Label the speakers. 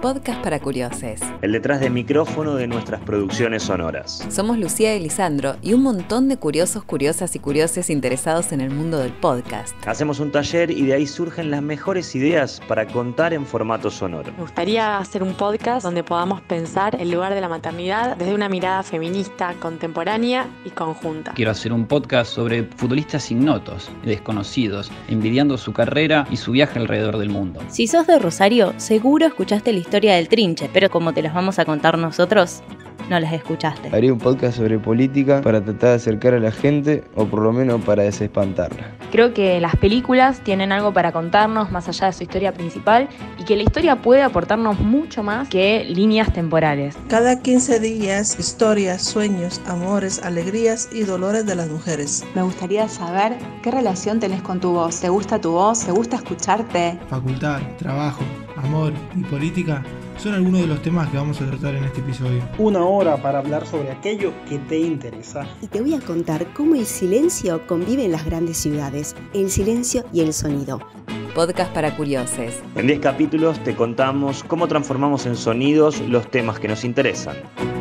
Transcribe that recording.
Speaker 1: podcast para curiosos.
Speaker 2: el detrás de micrófono de nuestras producciones sonoras.
Speaker 1: Somos Lucía y Lisandro y un montón de curiosos, curiosas y curiosos interesados en el mundo del podcast.
Speaker 2: Hacemos un taller y de ahí surgen las mejores ideas para contar en formato sonoro.
Speaker 3: Me gustaría hacer un podcast donde podamos pensar el lugar de la maternidad desde una mirada feminista, contemporánea y conjunta.
Speaker 4: Quiero hacer un podcast sobre futbolistas ignotos, desconocidos, envidiando su carrera y su viaje alrededor del mundo.
Speaker 5: Si sos de Rosario, seguro escuchaste la historia del trinche, pero como te las vamos a contar nosotros, no las escuchaste.
Speaker 6: Haría un podcast sobre política para tratar de acercar a la gente o por lo menos para desespantarla.
Speaker 7: Creo que las películas tienen algo para contarnos más allá de su historia principal y que la historia puede aportarnos mucho más que líneas temporales.
Speaker 8: Cada 15 días, historias, sueños, amores, alegrías y dolores de las mujeres.
Speaker 9: Me gustaría saber qué relación tenés con tu voz. ¿Te gusta tu voz? ¿Te gusta escucharte?
Speaker 10: Facultad, trabajo, amor y política son algunos de los temas que vamos a tratar en este episodio.
Speaker 11: una hora para hablar sobre aquello que te interesa.
Speaker 12: Y te voy a contar cómo el silencio convive en las grandes ciudades, el silencio y el sonido.
Speaker 1: Podcast para curiosos.
Speaker 2: En 10 capítulos te contamos cómo transformamos en sonidos los temas que nos interesan.